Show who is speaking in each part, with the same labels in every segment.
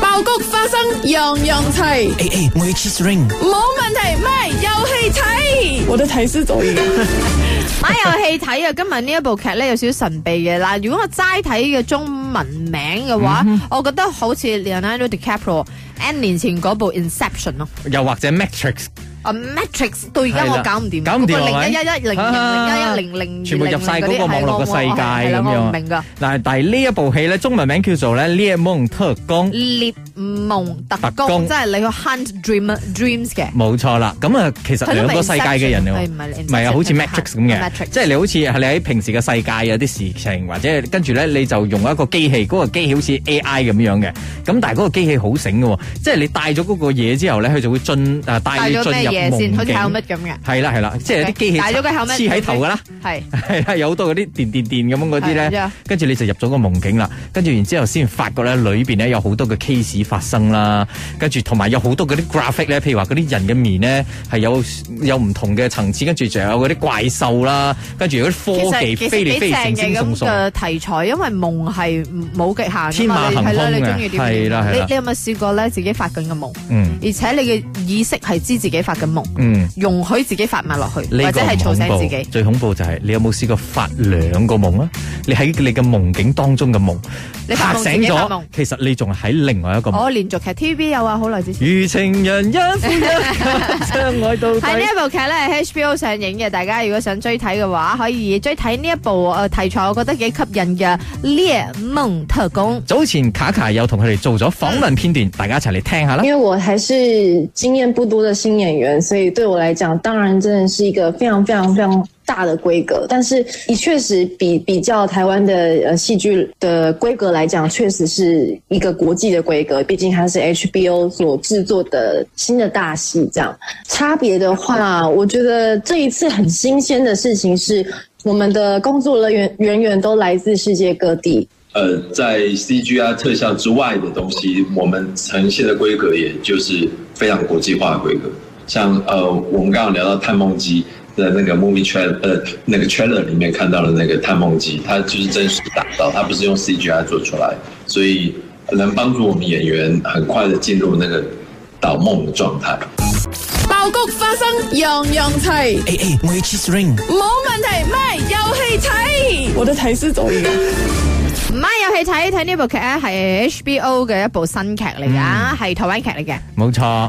Speaker 1: 爆谷花生樣樣齊，
Speaker 2: 哎哎，我要 cheese ring。
Speaker 1: 冇問題，咪有戲睇。我的台是走音。
Speaker 3: 買有戲睇啊！今日呢一部劇咧有少少神秘嘅嗱，如果我齋睇嘅中文名嘅話，我覺得好似 Leonardo DiCaprio N 年前嗰部 Inception 咯，
Speaker 2: 又或者 Matrix，
Speaker 3: 啊 Matrix 到而家我搞唔掂，
Speaker 2: 係啦搞唔掂
Speaker 3: 嗰個零
Speaker 2: 係咪
Speaker 3: 一一一零
Speaker 2: 啊
Speaker 3: 零零一一零嗯零，
Speaker 2: 全部入晒嗰個網絡嘅世界
Speaker 3: 係啦
Speaker 2: 咁
Speaker 3: 我唔
Speaker 2: 樣
Speaker 3: 明噶。
Speaker 2: 嗱，但係呢一部戲咧，中文名叫做咧《獵夢特工》。
Speaker 3: 獵夢特
Speaker 2: 特
Speaker 3: 工，
Speaker 2: 工
Speaker 3: 即係你去 hunt dream dreams 嘅。
Speaker 2: 冇錯啦，咁啊，其實兩個世界嘅人嚟
Speaker 3: 係
Speaker 2: 喎
Speaker 3: 唔係
Speaker 2: 唔係啊，好似 Matrix 咁嘅，
Speaker 3: Matrix
Speaker 2: 即係你好似啊係你喺平時嘅世界有啲事情，或者跟住咧你就用一個機器，嗰、個機器好似 AI 咁樣嘅，咁但係嗰個機器好醒嘅喎，即係你帶咗嗰個嘢之後咧，佢就會進啊帶
Speaker 3: 戴
Speaker 2: 你
Speaker 3: 咗
Speaker 2: 進
Speaker 3: 咩
Speaker 2: 入
Speaker 3: 嘢先？好似
Speaker 2: 夢境。
Speaker 3: helmet 咁嘅，
Speaker 2: 係啦係啦，即係有啲機器
Speaker 3: 戴咗個 helmet
Speaker 2: 黐喺頭㗎啦，
Speaker 3: 係
Speaker 2: 係 啦，有好多嗰啲電電電咁樣嗰啲
Speaker 3: 係
Speaker 2: 咧
Speaker 3: 啊，
Speaker 2: 跟住你就入咗個夢境啦，跟住然之後先發覺咧裏邊咧有好多嘅 case 發生啦，跟住同埋有好多嗰啲 graphic 咧，譬如話嗰啲人嘅面咧係有有唔同嘅層次，跟住仲有嗰啲怪獸啦，跟住嗰啲科技
Speaker 3: 其實
Speaker 2: 飛嚟飛去，成
Speaker 3: 其實幾
Speaker 2: 仙送
Speaker 3: 正
Speaker 2: 送。
Speaker 3: 嘅咁嘅題材，因為夢係冇極限㗎嘛，
Speaker 2: 天馬行空嘅
Speaker 3: 你係啦，你中意點
Speaker 2: 係啦係啦
Speaker 3: 你你有冇試過咧自己發緊嘅夢，
Speaker 2: 嗯
Speaker 3: 而且你嘅意識係知自己發緊夢，
Speaker 2: 嗯，
Speaker 3: 容許自己發埋落去，
Speaker 2: 呢
Speaker 3: 或
Speaker 2: 個
Speaker 3: 者
Speaker 2: 唔
Speaker 3: 係嘈
Speaker 2: 恐
Speaker 3: 醒
Speaker 2: 怖
Speaker 3: 自己。
Speaker 2: 最恐怖就係你有冇試過發兩個夢啊？你喺你嘅夢境當中嘅夢
Speaker 3: 你發
Speaker 2: 嚇
Speaker 3: 夢
Speaker 2: 醒
Speaker 3: 自己發夢
Speaker 2: 咗，其實你仲喺另外一個夢。
Speaker 3: 我連續劇 TVB 有啊，好耐之前。
Speaker 2: 如情人一呼一吸，相愛到
Speaker 3: 喺呢
Speaker 2: 底。
Speaker 3: 一部劇咧，HBO 上映嘅，大家如果想追睇嘅話，可以追睇呢一部誒題材，我覺得幾吸引嘅《獵夢特工》。
Speaker 2: 早前卡卡又同佢哋做咗訪問片段，大家一齊嚟聽下啦
Speaker 3: 嗯
Speaker 4: 因。为我还是经验不多的新演员，所以对我来讲，当然真的是一个非常非常非常大的规格。但是，也确实比比较台湾的呃戏剧的规格来讲，确实是一个国际的规格。毕竟它是 HBO 所制作的新的大戏，这样差别的话，我觉得这一次很新鲜的事情是，我们的工作人员人员都来自世界各地。
Speaker 5: 呃，在 CGI 特效之外的东西，我们呈现的规格也就是非常国际化的规格。像呃，我们刚刚聊到探梦机的那个 movie trailer，呃，那个 trailer 里面看到的那个探梦机，它就是真实打造，它不是用 CGI 做出来，所以能帮助我们演员很快的进入那个导梦的状态。
Speaker 1: 爆谷花生樣樣齊，
Speaker 2: 誒誒，我要 cheese ring。
Speaker 1: 冇問題，咪有戲睇。我的台是走音。
Speaker 3: 唔係有戲睇，睇呢部劇咧係 HBO 嘅一部新劇嚟噶，係、台灣劇嚟嘅。誒、
Speaker 2: 冇錯，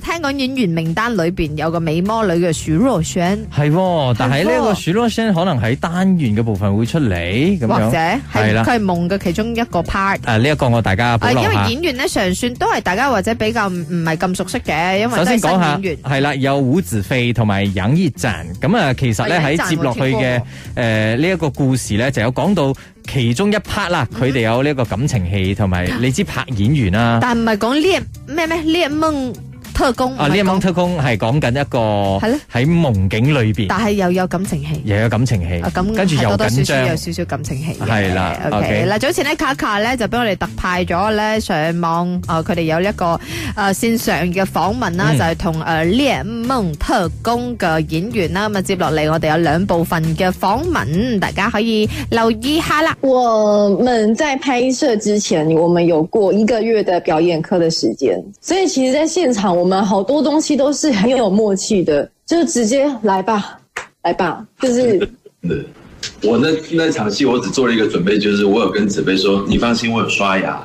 Speaker 3: 聽講演員名單裏邊有個美魔女嘅許若瑄，
Speaker 2: 係喎。但係呢
Speaker 3: 係
Speaker 2: 個
Speaker 3: 喎
Speaker 2: s h u r s h a n 可能喺單元嘅部分會出嚟咁
Speaker 3: 或
Speaker 2: 樣。
Speaker 3: 者
Speaker 2: 係
Speaker 3: 係
Speaker 2: 啦。
Speaker 3: 佢係夢嘅其中一個 part。
Speaker 2: 誒呢一個我大家保
Speaker 3: 啊，
Speaker 2: 留
Speaker 3: 因為
Speaker 2: 下。
Speaker 3: 演員咧常算都係大家或者比較唔唔係咁熟悉嘅，因為
Speaker 2: 首
Speaker 3: 啊都係
Speaker 2: 先
Speaker 3: 新
Speaker 2: 講下
Speaker 3: 演員。
Speaker 2: 係啦，有胡子飛同埋尹熱贊咁啊，其實咧
Speaker 3: 啊尹熱贊
Speaker 2: 喺接落去
Speaker 3: 我聽
Speaker 2: 嘅
Speaker 3: 過
Speaker 2: 誒呢一個故事咧，就有講到其中一 part 啦，佢哋有呢一個感情戲同埋
Speaker 3: 嗯
Speaker 2: 你知拍演員啊啦。
Speaker 3: 但唔係講獵咩咩獵夢特工，
Speaker 2: 啊！
Speaker 3: 唔
Speaker 2: 呢
Speaker 3: 係
Speaker 2: 一
Speaker 3: 講
Speaker 2: 蒙特工係講緊一個
Speaker 3: 係咧
Speaker 2: 喺夢境裏邊
Speaker 3: 但係又有感情戲。
Speaker 2: 又有感情戲
Speaker 3: 啊，咁，
Speaker 2: 跟住
Speaker 3: 係
Speaker 2: 又
Speaker 3: 多多少
Speaker 2: 緊
Speaker 3: 少有
Speaker 2: 張，
Speaker 3: 少少感情戲嘅。
Speaker 2: 係啦
Speaker 3: ，OK
Speaker 2: OK
Speaker 3: 嗱，早前咧卡卡咧就俾我哋特派咗咧上網，啊佢哋有一個誒線上嘅訪問啦，
Speaker 2: 嗯
Speaker 3: 就係同誒獵夢特工嘅演員啦。咁啊，接落嚟我哋有兩部分嘅訪問，大家可以留意下啦。
Speaker 4: 我们在拍摄之前，我们有过一个月的表演课的时间，所以其实，在现场我们好多东西都是很有默契的，就直接来吧，来吧，就是
Speaker 5: 对，我那那场戏我只做了一个准备，就是我有跟子飞说，你放心，我有刷牙。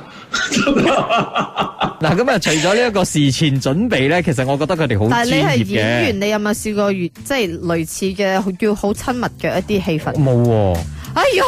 Speaker 2: 嗱咁啊，除咗呢一個事前準備咧，其實我覺得佢哋好
Speaker 3: 但
Speaker 2: 專
Speaker 3: 係你係
Speaker 2: 業
Speaker 3: 演
Speaker 2: 嘅
Speaker 3: 員，。你有冇試過遇即係類似嘅要好親密嘅一啲戲份？
Speaker 2: 冇喎，
Speaker 3: 哎喲，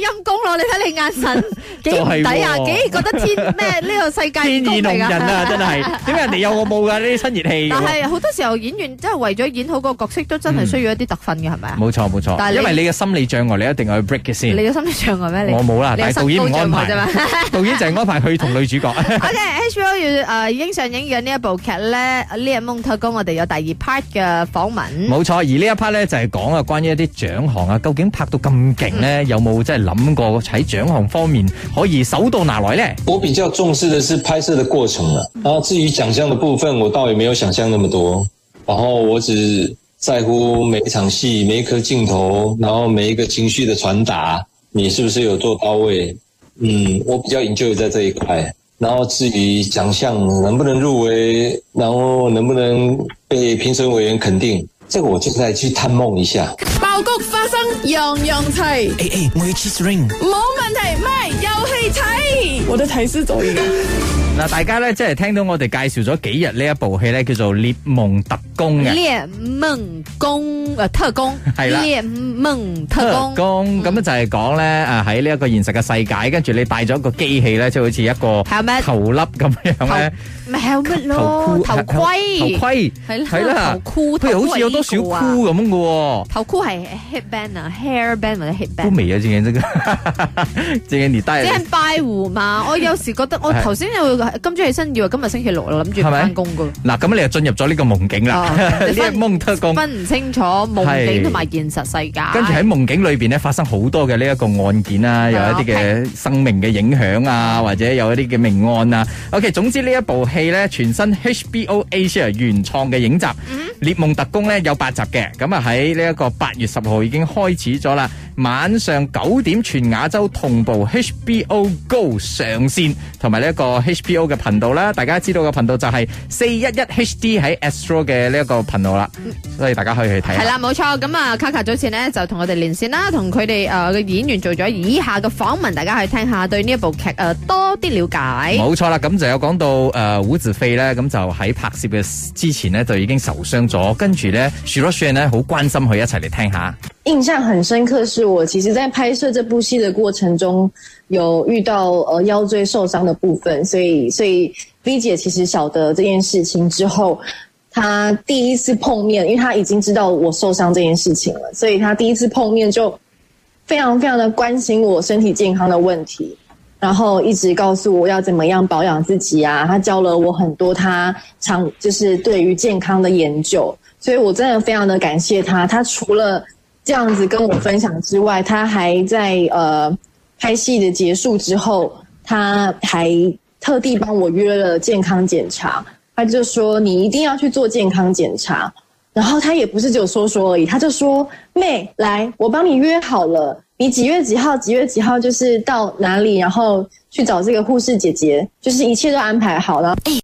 Speaker 3: 陰公咯！你睇你眼 神幾唔抵啊，
Speaker 2: 就係喎
Speaker 3: 幾覺得天咩呢個世界
Speaker 2: 天
Speaker 3: 唔公
Speaker 2: 意弄
Speaker 3: 平
Speaker 2: 人啊， 真係點解人哋有我冇㗎呢啲親熱戲
Speaker 3: 但
Speaker 2: 㗎喎？
Speaker 3: 係好多時候演員真係為咗演好個角色，都真係需要一啲特訓嘅，係咪啊？
Speaker 2: 冇錯冇
Speaker 3: 但係
Speaker 2: 錯，因
Speaker 3: 你
Speaker 2: 為你嘅心理障礙，你一定要去 break 嘅先
Speaker 3: 你。有心理障礙咩？你
Speaker 2: 我冇啦，
Speaker 3: 你有
Speaker 2: 但係導演
Speaker 3: 身
Speaker 2: 唔
Speaker 3: 高障
Speaker 2: 安
Speaker 3: 礙
Speaker 2: 排
Speaker 3: 啫嘛。，
Speaker 2: 導演就係安排佢同女主角。
Speaker 3: OK，HBO 要誒已經上映嘅呢一部劇咧，《呢日蒙特工》，我哋有第二 part 嘅訪問。
Speaker 2: 冇錯，而呢一 part 咧就係講啊，關於一啲獎項啊，究竟拍到咁勁咧，有冇即係諗過喺獎項方面可以手到拿來咧？
Speaker 6: 我比较重视的是拍摄的过程了、然后至于奖项的部分，我倒也没有想象那么多。然后我只在乎每一场戏、每一颗镜头，然后每一个情绪的传达，你是不是有做到位？嗯，我比较 enjoy 在这一块。然后至于奖项能不能入围，然后能不能被评审委员肯定，这个我就再去探梦一下。
Speaker 1: 爆谷花生样样齐，
Speaker 7: 诶诶，我要 cheese ring。
Speaker 1: 冇问题，咪有戏睇。我的台是走音。
Speaker 2: 嗱，大家咧即係聽到我哋介紹咗幾日呢一部戲咧，叫做《獵夢特工》嘅。
Speaker 3: 猎梦工诶特工
Speaker 2: 係啦
Speaker 3: 猎梦特工。
Speaker 2: 工咁就係講咧，诶喺呢一個現實嘅世界，跟住你戴咗個機器咧，即係好似一個
Speaker 3: Helmet
Speaker 2: 頭笠咁樣咧，
Speaker 3: 咪 helmet
Speaker 2: 頭
Speaker 3: 咯，
Speaker 2: 箍、
Speaker 3: 頭盔
Speaker 2: 頭，盔
Speaker 3: 係啦
Speaker 2: 係啦，
Speaker 3: 頭箍
Speaker 2: 譬如好似有多少
Speaker 3: 頭
Speaker 2: 箍
Speaker 3: 箍係呢啊
Speaker 2: 咁嘅喎。
Speaker 3: 頭箍係 headband 啊，hairband 或者
Speaker 2: 都啊
Speaker 3: headband。
Speaker 2: 没有今天这个，今天你戴
Speaker 3: 即
Speaker 2: 了
Speaker 3: 係拜湖 嘛，我有時覺得我
Speaker 2: 係
Speaker 3: 頭先有今朝起身以為今日星期六，我諗住
Speaker 2: 係
Speaker 3: 唔
Speaker 2: 咪
Speaker 3: 翻工噶。
Speaker 2: 嗱，咁你就進入咗呢個夢境啦，
Speaker 3: 哦
Speaker 2: 呢
Speaker 3: 你
Speaker 2: 個
Speaker 3: 分
Speaker 2: 夢特工。
Speaker 3: 分唔清楚夢境同埋現實世界。
Speaker 2: 跟住喺夢境裏邊咧，發生好多嘅呢一個案件啊，有
Speaker 3: 係啊
Speaker 2: 一啲嘅生命嘅影響啊，或者有一啲嘅命案啊。OK，總之呢一部戲咧，全新 HBO Asia 原創嘅影集《
Speaker 3: 嗯
Speaker 2: 獵夢特工》咧有八集嘅，咁啊喺呢一個八月十號已經開始咗啦。晚上九點全亞洲同步 HBO Go 上線，同埋呢一個 HBO 嘅頻道啦。大家知道嘅頻道就係四一一 HD 喺 Astro 嘅呢一個頻道啦，所以大家可以去睇
Speaker 3: 係
Speaker 2: 下。
Speaker 3: 啦，冇錯。咁啊，卡卡早前呢就同我哋連線啦，同佢哋誒嘅演員做咗以下嘅訪問，大家去聽下對呢一部劇誒多啲了解。
Speaker 2: 冇錯啦，咁就有講到誒胡子飛咧，咁就喺拍攝嘅之前呢，就已經受傷咗，跟住咧 s h i r o s h a n 咧好關心佢，一齊嚟聽下。
Speaker 4: 印象很深刻，是我其实在拍摄这部戏的过程中，有遇到呃腰椎受伤的部分，所以所以 V 姐其实晓得这件事情之后，她第一次碰面，因为她已经知道我受伤这件事情了，所以她第一次碰面就非常非常的关心我身体健康的问题，然后一直告诉我要怎么样保养自己啊。他教了我很多他常就是对于健康的研究，所以我真的非常的感谢他。他除了这样子跟我分享之外，他还在呃拍戏的结束之后，他还特地帮我约了健康检查。他就说你一定要去做健康检查，然后他也不是只有说说而已，他就说：“妹，来，我帮你约好了，你几月几号，几月几号，就是到哪里，然后去找这个护士姐姐，就是一切都安排好了。”然后